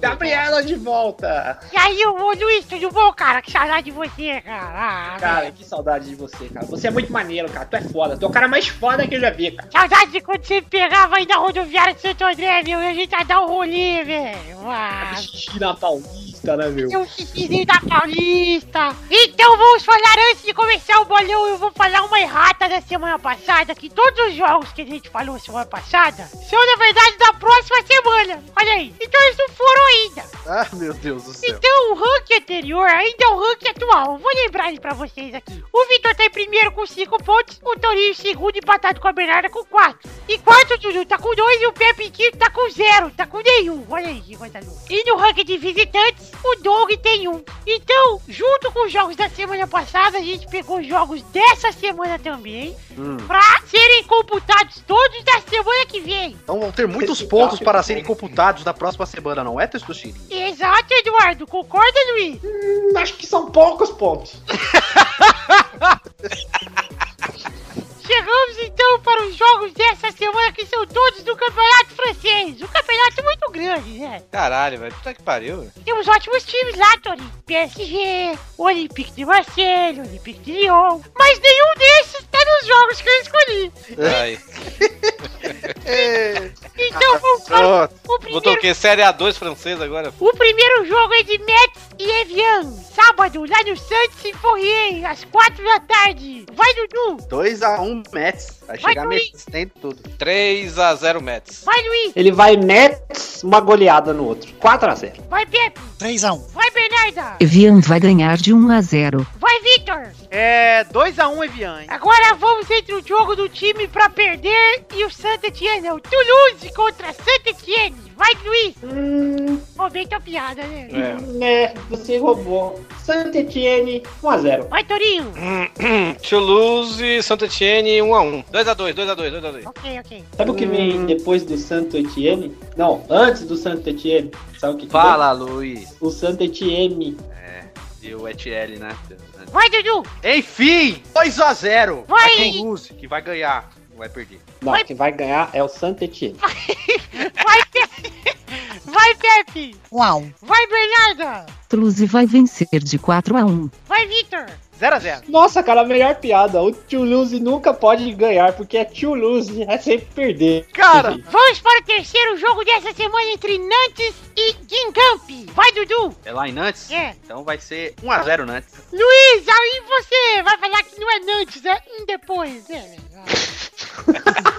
Speaker 12: Gabriela de volta!
Speaker 9: E aí, ô Luiz, tudo bom, cara? Que saudade de você, cara. Ah,
Speaker 12: Cara, que saudade de você, cara. Você é muito maneiro, cara. Tu é foda. Tu é o cara mais foda que eu já vi, cara.
Speaker 9: Saudade de quando você me pegava aí na rodoviária de Santo André, meu, e a gente ia dar um rolê, velho. Ah,
Speaker 12: Xixi na Paulista, né, meu?
Speaker 9: Tem um xixizinho da Paulista. Então vamos falar antes de começar o bolão, eu vou falar uma errata da semana passada, que todos os jogos que a gente falou semana passada são, na verdade, da próxima semana. Olha aí. Então eles não foram ainda.
Speaker 3: Ah, meu Deus do céu.
Speaker 9: Então o ranking anterior ainda é o ranking atual. Eu Vou lembrar ele pra vocês aqui. O Vitor tá em primeiro com 5 pontos, o Torinho em segundo, empatado com a Bernarda com 4. Em quarto, o Dudu tá com 2 e o Pepe em quinto tá com 0, tá com nenhum. Olha aí que coisa louca. E no ranking de visitantes, o Doug tem 1. Um. Então, junto com os jogos da semana passada, a gente pegou os jogos dessa semana também, pra serem computados todos da semana que vem.
Speaker 3: Então vão ter muitos pontos para serem computados na próxima semana, não é, Testostini?
Speaker 9: Exato, Eduardo. Concorda, Luiz?
Speaker 6: Acho que são poucos pontos.
Speaker 9: Chegamos então para os jogos dessa semana que são todos do Campeonato Francês. Um campeonato muito grande, né?
Speaker 7: Caralho, velho. Puta que pariu, velho.
Speaker 9: Temos ótimos times lá, Tony. PSG, Olympique de Marseille, Olympique de Lyon. Mas nenhum desses tá nos jogos que eu escolhi.
Speaker 3: É.
Speaker 7: Ai.
Speaker 9: Então vamos para o
Speaker 7: Botou o
Speaker 9: primeiro,
Speaker 7: quê? Série A2 francesa agora?
Speaker 9: o primeiro jogo é de Metz e Evian. Sábado, lá no Santos e Forrier, às quatro da tarde. Vai, Dudu.
Speaker 3: 2x1 Mets. Vai chegar
Speaker 9: Luiz.
Speaker 3: metendo tudo.
Speaker 7: 3x0 Mets.
Speaker 9: Vai, Luiz.
Speaker 6: Ele vai Nets, uma goleada no outro. 4x0.
Speaker 9: Vai, Pepe.
Speaker 4: 3x1.
Speaker 9: Vai, Bernarda.
Speaker 13: Evian vai ganhar de 1 a 0.
Speaker 9: Vai, Vitor.
Speaker 5: É 2x1 Evian, hein?
Speaker 9: Agora vamos entre o jogo do time pra perder e o Saint-Étienne. É o Toulouse contra Saint-Étienne. Vai, Luiz.
Speaker 6: Hum,
Speaker 9: Momento a piada, né?
Speaker 6: né, você roubou. um Saint-Etienne, 1x0.
Speaker 9: Vai, Torinho.
Speaker 7: Toulouse e um Saint-Etienne 1x1. 2x2, 2x2, 2x2.
Speaker 9: Ok, ok.
Speaker 6: Sabe o que vem depois do Saint-Etienne? Não, antes do Saint-Etienne. Sabe o que que
Speaker 3: Fala, Luiz.
Speaker 6: vem? O Saint-Etienne.
Speaker 3: E o Etiel, né?
Speaker 9: Vai, Dudu.
Speaker 3: Enfim, 2x0.
Speaker 9: Vai.
Speaker 3: Toulouse, que vai ganhar. Não Vai perder.
Speaker 6: Não,
Speaker 9: Vai-
Speaker 6: quem vai ganhar é o Saint-Etienne.
Speaker 9: Vai, Pepe. Vai, Pepe.
Speaker 4: 1x1.
Speaker 9: Vai, Bernarda.
Speaker 13: Toulouse vai vencer de 4 a 1.
Speaker 9: Vai, Vitor.
Speaker 5: 0x0.
Speaker 6: Nossa, cara, a melhor piada. O Toulouse nunca pode ganhar, porque é Toulouse, é sempre perder.
Speaker 5: Cara,
Speaker 9: Vamos para o terceiro jogo dessa semana entre Nantes e Gingamp. Vai, Dudu.
Speaker 3: É lá em Nantes?
Speaker 9: É.
Speaker 3: Então vai ser 1x0 Nantes.
Speaker 9: Luiz, aí você vai falar que não é Nantes, é um depois. É, né?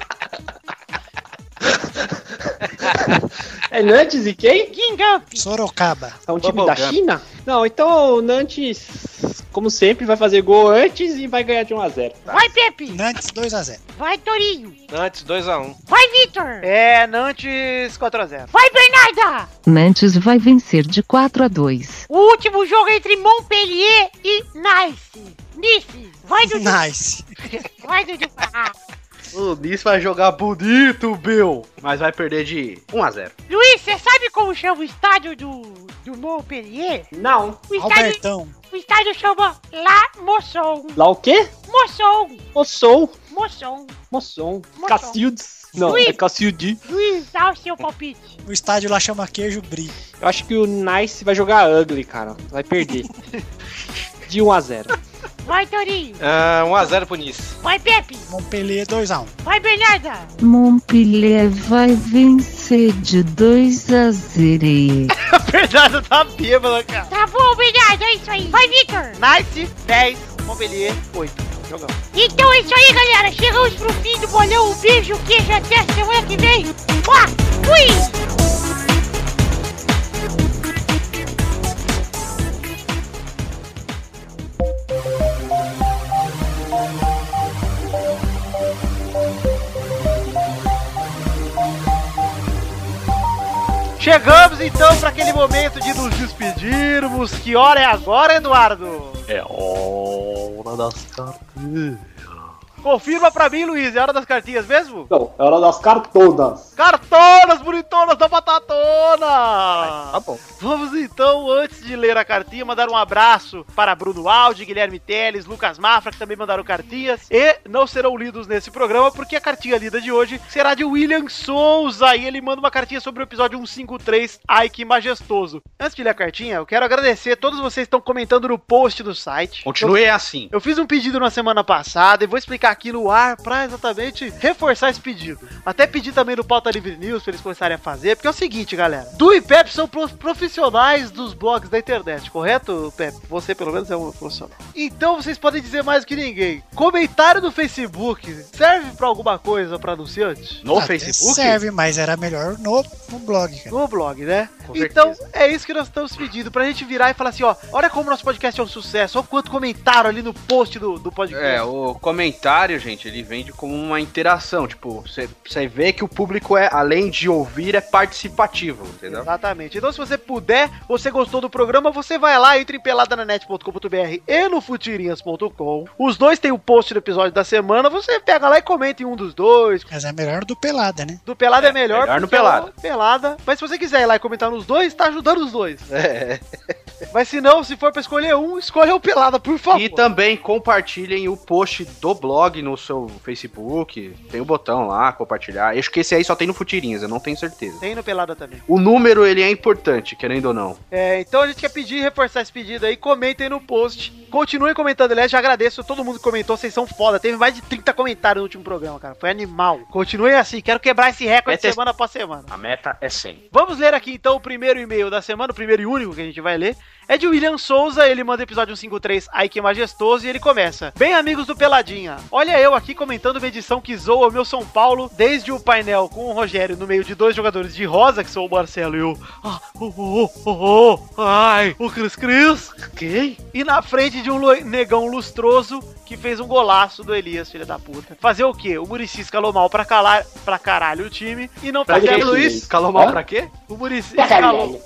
Speaker 6: É Nantes e quem?
Speaker 9: Gingamp.
Speaker 4: Sorocaba.
Speaker 6: É um time da China? Não, então o Nantes, como sempre, vai fazer gol antes e vai ganhar de 1x0.
Speaker 9: Vai, Pepe.
Speaker 4: Nantes 2x0.
Speaker 9: Vai, Torinho.
Speaker 7: Nantes 2x1.
Speaker 9: Vai, Vitor.
Speaker 5: É Nantes 4x0.
Speaker 9: Vai, Bernarda.
Speaker 13: Nantes vai vencer de 4 a 2.
Speaker 9: O último jogo é entre Montpellier e Nice. Nice. Vai, Dudu.
Speaker 4: Nice.
Speaker 9: Vai, Dudu. Ah.
Speaker 3: O Nice vai jogar bonito, Bill. Mas vai perder de 1x0.
Speaker 9: Luiz, você sabe como chama o estádio do, do Montpellier?
Speaker 6: Não.
Speaker 9: O estádio,
Speaker 4: Albertão.
Speaker 9: o estádio chama La Mosson.
Speaker 6: Lá o quê?
Speaker 9: Mosson.
Speaker 6: Moçom.
Speaker 9: Mosson.
Speaker 6: Moçom.
Speaker 9: Mosson.
Speaker 6: Cacildes. Não,
Speaker 9: Ui.
Speaker 6: é Cacildi.
Speaker 9: Luiz, dá o seu palpite.
Speaker 4: O estádio lá chama Queijo Brie.
Speaker 6: Eu acho que o Nice vai jogar ugly, cara. Vai perder. De 1x0.
Speaker 9: Vai, Torinho.
Speaker 7: Ah, 1x0 pro Nice.
Speaker 9: Vai, Pepe.
Speaker 4: Montpellier é 2x1.
Speaker 9: Vai, Bernarda.
Speaker 13: Montpellier vai vencer de 2 a 0.
Speaker 5: Bernardo tá bêbado, cara.
Speaker 9: Tá bom, Bernarda. É isso aí. Vai, Vitor.
Speaker 5: Nice 10, Montpellier 8. Jogão.
Speaker 9: Então é isso aí, galera. Chegamos pro fim do bolão. Um beijo, queijo. Até a semana que vem. Mua. Fui.
Speaker 5: Chegamos então para aquele momento de nos despedirmos. Que hora é agora, Eduardo?
Speaker 2: É hora das cartas.
Speaker 5: Confirma pra mim, Luiz, é hora das cartinhas mesmo?
Speaker 6: Não, é hora das cartonas.
Speaker 5: Cartonas bonitonas da batatona!
Speaker 3: Tá bom.
Speaker 5: Vamos então, antes de ler a cartinha, mandar um abraço para Bruno Aldi, Guilherme Teles, Lucas Mafra, que também mandaram cartinhas. E não serão lidos nesse programa, porque a cartinha lida de hoje será de William Souza. E ele manda uma cartinha sobre o episódio 153, Ai Que Majestoso. Antes de ler a cartinha, eu quero agradecer a todos vocês que estão comentando no post do site.
Speaker 3: Continue assim.
Speaker 5: Eu fiz um pedido na semana passada e vou explicar
Speaker 3: ficar aqui no ar pra exatamente reforçar esse pedido. Até pedir também no Pauta Livre News pra eles começarem a fazer, porque é o seguinte, galera. Du e Pepe são pro- profissionais dos blogs da internet, correto, Pepe? Você, pelo menos, é um profissional. Então vocês podem dizer mais do que ninguém. Comentário no Facebook serve pra alguma coisa pra anunciante?
Speaker 4: Até Serve, mas era melhor no, no blog, cara.
Speaker 3: No blog, né? então, é isso que nós estamos pedindo, pra gente virar e falar assim, ó, olha como nosso podcast é um sucesso, olha quanto comentaram ali no post do, do podcast.
Speaker 11: É, o comentário, gente, ele vende como uma interação. Tipo, você- você vê que o público é, além de ouvir, é participativo, entendeu?
Speaker 3: Exatamente. Então, se você puder, você gostou do programa, você vai lá, entra em peladananet.com.br e no futirinhas.com. Os dois têm o post do episódio da semana, você pega lá e comenta em um dos dois.
Speaker 4: Mas é melhor do Pelada, né?
Speaker 3: Do Pelada é, melhor.
Speaker 4: melhor no
Speaker 3: porque é
Speaker 4: Pelada.
Speaker 3: o Pelada. Mas se você quiser ir lá e comentar nos dois, tá ajudando os dois.
Speaker 11: É.
Speaker 3: Mas se não, se for pra escolher um, escolha o Pelada, por favor.
Speaker 11: E também compartilhem o post do blog no seu Facebook. Tem o botão lá, compartilhar. Acho que esse aí só tem no Futirinhas, eu não tenho certeza.
Speaker 3: Tem no Pelada também.
Speaker 11: O número, ele é importante, querendo ou não.
Speaker 3: É, então a gente quer pedir e reforçar esse pedido aí. Comentem no post. Continuem comentando, aliás, já agradeço a todo mundo que comentou, vocês são foda. Teve mais de 30 comentários no último programa, cara. Foi animal. Continuem assim, quero quebrar esse recorde
Speaker 14: Meta-
Speaker 3: semana após semana.
Speaker 14: A meta é 100.
Speaker 3: Vamos ler aqui então o primeiro e-mail da semana, o primeiro e único que a gente vai ler. É de William Souza, ele manda o episódio 153, Ai que majestoso, e ele começa. Bem, amigos do Peladinha, olha eu aqui comentando uma edição que zoa o meu São Paulo, desde o painel com o Rogério no meio de dois jogadores de rosa, que são o Marcelo e o. Ah, oh, oh, oh, oh, ai, o Cris Cris. Quem? E na frente de um lo- negão lustroso que fez um golaço do Elias, filha da puta. Fazer o quê? O Murici escalou mal pra, calar, pra caralho o time e não
Speaker 11: Pra
Speaker 3: fazer
Speaker 11: quê, Luiz? Escalou mal pra quê?
Speaker 3: o Murici
Speaker 11: Pra caralho.
Speaker 3: escalou.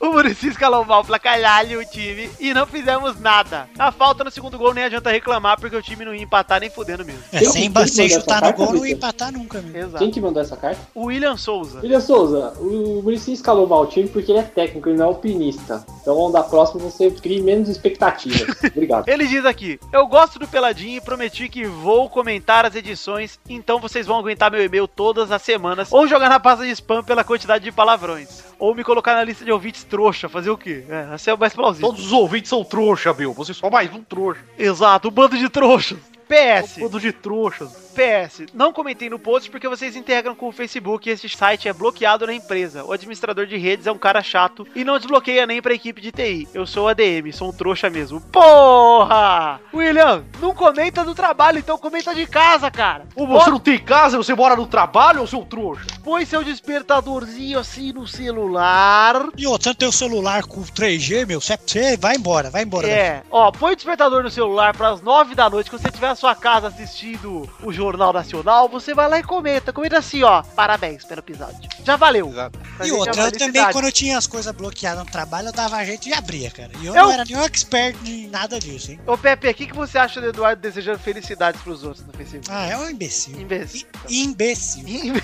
Speaker 3: o Murici escalou mal pra calhalho o time e não fizemos nada. A falta no segundo gol nem adianta reclamar porque o time não ia empatar nem fudendo mesmo.
Speaker 4: É, sem, ba- sem chutar no gol, não ia empatar.
Speaker 3: nunca, mesmo.
Speaker 6: Quem
Speaker 3: Exato.
Speaker 6: que mandou essa carta?
Speaker 3: O William Souza.
Speaker 6: William Souza, o Muricy escalou mal o time porque ele é técnico, ele não é opinista. Então, da próxima, você crie menos expectativas. Obrigado.
Speaker 3: Ele diz aqui: Eu gosto do Peladinho e prometi que vou comentar as edições, então vocês vão aguentar meu e-mail todas as semanas, ou jogar na pasta de spam pela quantidade de palavrões, ou me colocar na lista de ouvintes trouxa, fazer o quê? É, essa é o mais plausível.
Speaker 7: Todos os ouvintes são trouxa, Bill. Você só mais um trouxa.
Speaker 3: Exato, um bando de trouxas. PS.
Speaker 7: Um bando de trouxas.
Speaker 3: PS, não comentei no post porque vocês integram com o Facebook e esse site é bloqueado na empresa. O administrador de redes é um cara chato e não desbloqueia nem pra equipe de TI. Eu sou ADM, sou um trouxa mesmo. Porra! William, não comenta do trabalho, então comenta de casa, cara.
Speaker 7: Ou você não tem casa, você mora no trabalho, ou seu trouxa?
Speaker 3: Põe seu despertadorzinho assim no celular.
Speaker 4: E outro, você não tem o celular com 3G, meu, você- você vai embora, vai embora. né?
Speaker 3: É, ó, põe o despertador no celular para as 9 da noite, quando você estiver na sua casa assistindo o Jornal Nacional, você vai lá e comenta. Comenta assim, ó, parabéns pelo episódio. Já valeu. Pra
Speaker 4: E
Speaker 3: gente é
Speaker 4: outra,
Speaker 3: uma
Speaker 4: eu também,
Speaker 3: felicidade.
Speaker 4: quando eu tinha as coisas bloqueadas no trabalho, eu dava jeito e abria, cara. E eu,
Speaker 3: Eu-
Speaker 4: não era nenhum expert em nada disso, hein?
Speaker 3: Ô Pepe, o que, que você acha do Eduardo desejando felicidades pros outros no Facebook?
Speaker 4: Ah, é um imbecil.
Speaker 3: Imbecil.
Speaker 4: Imbecil.
Speaker 3: Hum?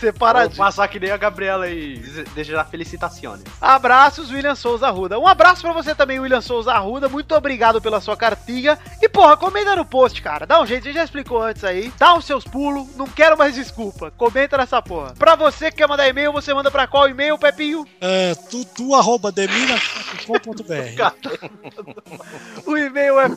Speaker 3: Separadinho.
Speaker 11: Vou passar que nem a Gabriela e dese- desejar felicitações.
Speaker 3: Abraços, William Souza Arruda. Um abraço pra você também, William Souza Arruda. Muito obrigado pela sua cartinha. E, porra, comenta no post, cara. Dá um jeito, a gente já explicou antes aí. Dá os seus pulos, não quero mais desculpa. Comenta nessa porra. Pra você que quer mandar e-mail, você manda pra qual e-mail, Pepinho?
Speaker 4: É, tutu arroba demina.com.br.
Speaker 3: O e-mail é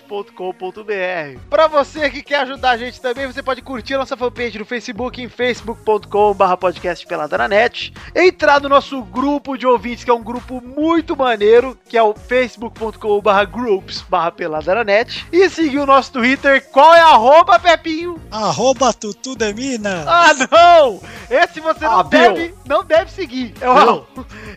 Speaker 3: podcast@peladananet.com.br. Pra você que quer ajudar a gente também, você pode curtir a nossa fanpage no Facebook em facebook.com/podcastpeladananet, entrar no nosso grupo de ouvintes que é um grupo muito maneiro, que é o facebook.com/groups/peladananet e seguir o nosso Twitter, qual é arroba Pepinho?
Speaker 4: Arroba tutu demina.
Speaker 3: Ah, não! Esse você não
Speaker 4: Ah, Bill.
Speaker 3: deve, não deve seguir. É o,
Speaker 4: Não.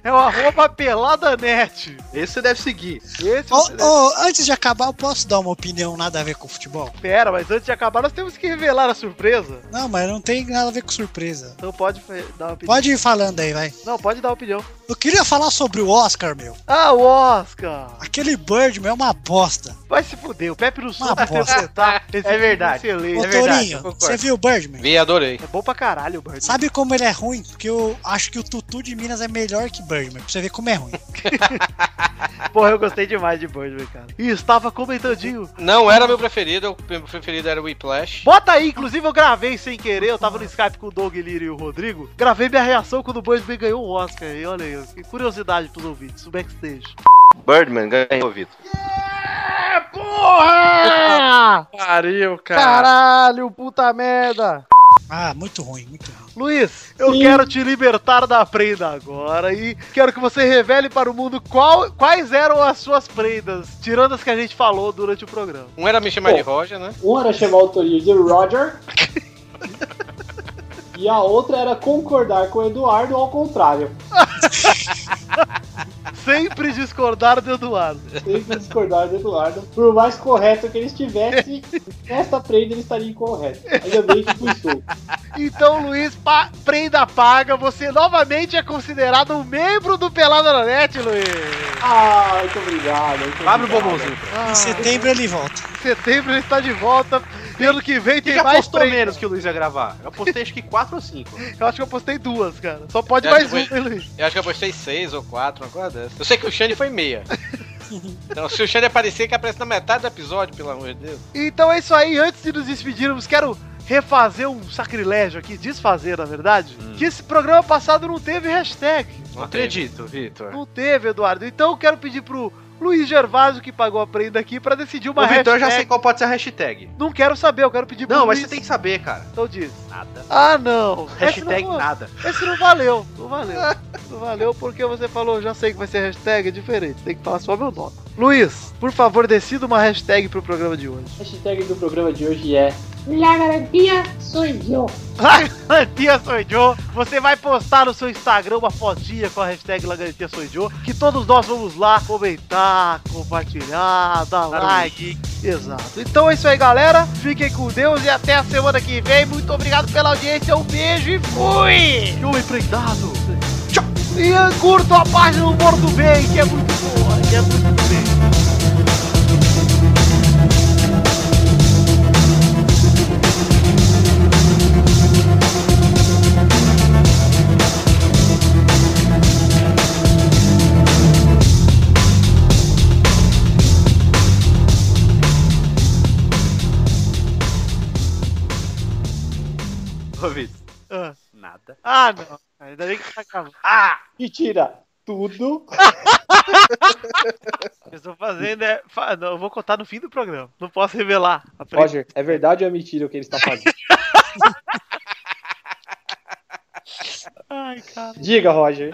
Speaker 3: é o arroba peladanet.
Speaker 11: Esse você deve seguir.
Speaker 3: Esse
Speaker 4: Ô,
Speaker 7: é
Speaker 3: você deve-
Speaker 4: ô, antes de acabar, eu posso dar uma opinião nada a ver com futebol?
Speaker 3: Pera, mas antes de acabar, nós temos que revelar a surpresa.
Speaker 4: Não, mas não tem nada a ver com surpresa.
Speaker 3: Então pode fe- dar uma opinião.
Speaker 4: Pode ir falando aí, vai.
Speaker 3: Não, pode dar uma opinião.
Speaker 4: Eu queria falar sobre o Oscar, meu.
Speaker 3: Ah, o Oscar!
Speaker 4: Aquele Birdman é uma bosta.
Speaker 3: Vai se fuder, o Pepe não
Speaker 4: Uma
Speaker 3: sabe
Speaker 4: bosta.
Speaker 3: acertar. Esse
Speaker 7: É
Speaker 3: filme
Speaker 7: verdade.
Speaker 3: Excelente.
Speaker 4: Ô, Torinho, você viu o Birdman?
Speaker 7: Vi, adorei.
Speaker 3: É bom pra caralho, Bart.
Speaker 4: Sabe como ele é ruim? Porque eu acho que o Tutu de Minas é melhor que Birdman, pra você ver como é ruim.
Speaker 3: Porra, eu gostei demais de Birdman, cara. E estava comentandinho.
Speaker 7: Não era meu preferido, eu- meu preferido era o Whiplash.
Speaker 3: Bota aí, inclusive eu gravei sem querer, eu tava no Skype com o Doug Lira e o Rodrigo. Gravei minha reação quando o Birdman ganhou o Oscar. E olha aí, que curiosidade pros ouvintes, o um backstage.
Speaker 7: Birdman ganhou, Vitor.
Speaker 5: Porra!
Speaker 7: Pariu,
Speaker 5: Caralho, puta merda!
Speaker 4: Ah, muito ruim, muito ruim.
Speaker 5: Luiz, eu
Speaker 4: Sim.
Speaker 5: quero te libertar da prenda agora e quero que você revele para o mundo qual- quais eram as suas prendas, tirando as que a gente falou durante o programa.
Speaker 7: Um era me chamar
Speaker 5: Pô.
Speaker 7: de Roger, né?
Speaker 6: Um era chamar o Torinho de Roger. e a outra era concordar com o Eduardo ao contrário.
Speaker 5: Sempre discordar do Eduardo.
Speaker 6: Sempre discordar do Eduardo. Por mais correto que ele estivesse, nesta prenda ele estaria incorreto. Ainda bem que fui solto.
Speaker 5: Então, Luiz, pa- prenda paga, você novamente é considerado um membro do Pelada na Net, Luiz.
Speaker 6: Ah, muito obrigado. Abre o bombonzinho.
Speaker 7: Ah,
Speaker 4: Em setembro ele volta.
Speaker 5: Em setembro ele está de volta. Pelo que vem
Speaker 11: Quem
Speaker 5: tem
Speaker 11: já
Speaker 5: mais
Speaker 11: postou
Speaker 5: prenda.
Speaker 11: menos que o Luiz ia gravar? Eu postei acho que 4 ou 5.
Speaker 5: Eu acho que eu postei duas, cara. Só pode
Speaker 7: Eu
Speaker 5: mais
Speaker 7: acho que
Speaker 5: uma, hein,
Speaker 7: foi-
Speaker 5: Luiz?
Speaker 7: Eu acho que eu postei seis ou quatro, uma coisa dessa. Eu sei que o Xande foi meia. Então, se o Xande aparecer, que aparece na metade do episódio, pelo amor de Deus.
Speaker 5: Então é isso aí. Antes de nos despedirmos, quero refazer um sacrilégio aqui, desfazer, na verdade,
Speaker 11: Hum.
Speaker 5: que esse programa passado não teve hashtag.
Speaker 11: Não
Speaker 7: né?
Speaker 11: acredito, Vitor.
Speaker 5: Não teve, Eduardo. Então eu quero pedir pro Luiz Gervásio, que pagou a prenda aqui, pra decidir uma
Speaker 11: O Vitor eu já
Speaker 5: hashtag.
Speaker 11: sei qual pode ser a hashtag.
Speaker 5: Não quero saber, eu quero pedir pro
Speaker 11: Não, mas você
Speaker 5: Luiz.
Speaker 11: tem que saber, cara. é
Speaker 5: Então diz.
Speaker 11: Nada.
Speaker 5: Ah, não.
Speaker 11: Hashtag
Speaker 5: Esse não-
Speaker 11: nada.
Speaker 5: Esse não valeu, não valeu. Não valeu porque você falou, já sei que vai ser hashtag, é diferente. Tem que falar só meu nome. Luiz, por favor, decida uma hashtag pro programa de hoje.
Speaker 6: A hashtag do programa de hoje é
Speaker 9: La garantía soy yo.
Speaker 5: Lagantia Soy Joe. Você vai postar no seu Instagram uma fotinha com a hashtag Lagantia Soy Joe, que todos nós vamos lá comentar, compartilhar, dar like. Exato. Então é isso aí, galera. Fiquem com Deus e até a semana que vem. Muito obrigado pela audiência. Um beijo e fui! E um empreendado. Tchau. E curto a página do Morto Bem, que é muito boa, que é muito bem.
Speaker 11: Ô, Vitor.
Speaker 5: Ah.
Speaker 11: Nada.
Speaker 5: Ah, não. Ainda bem que tá acabando.
Speaker 6: Ah! Mentira! Tudo.
Speaker 5: Eu estou fazendo é. fa- não, eu vou contar no fim do programa. Não posso revelar. A prenda.
Speaker 6: Roger, é verdade ou é mentira o que ele está fazendo?
Speaker 5: Ai, cara.
Speaker 6: Diga, Roger.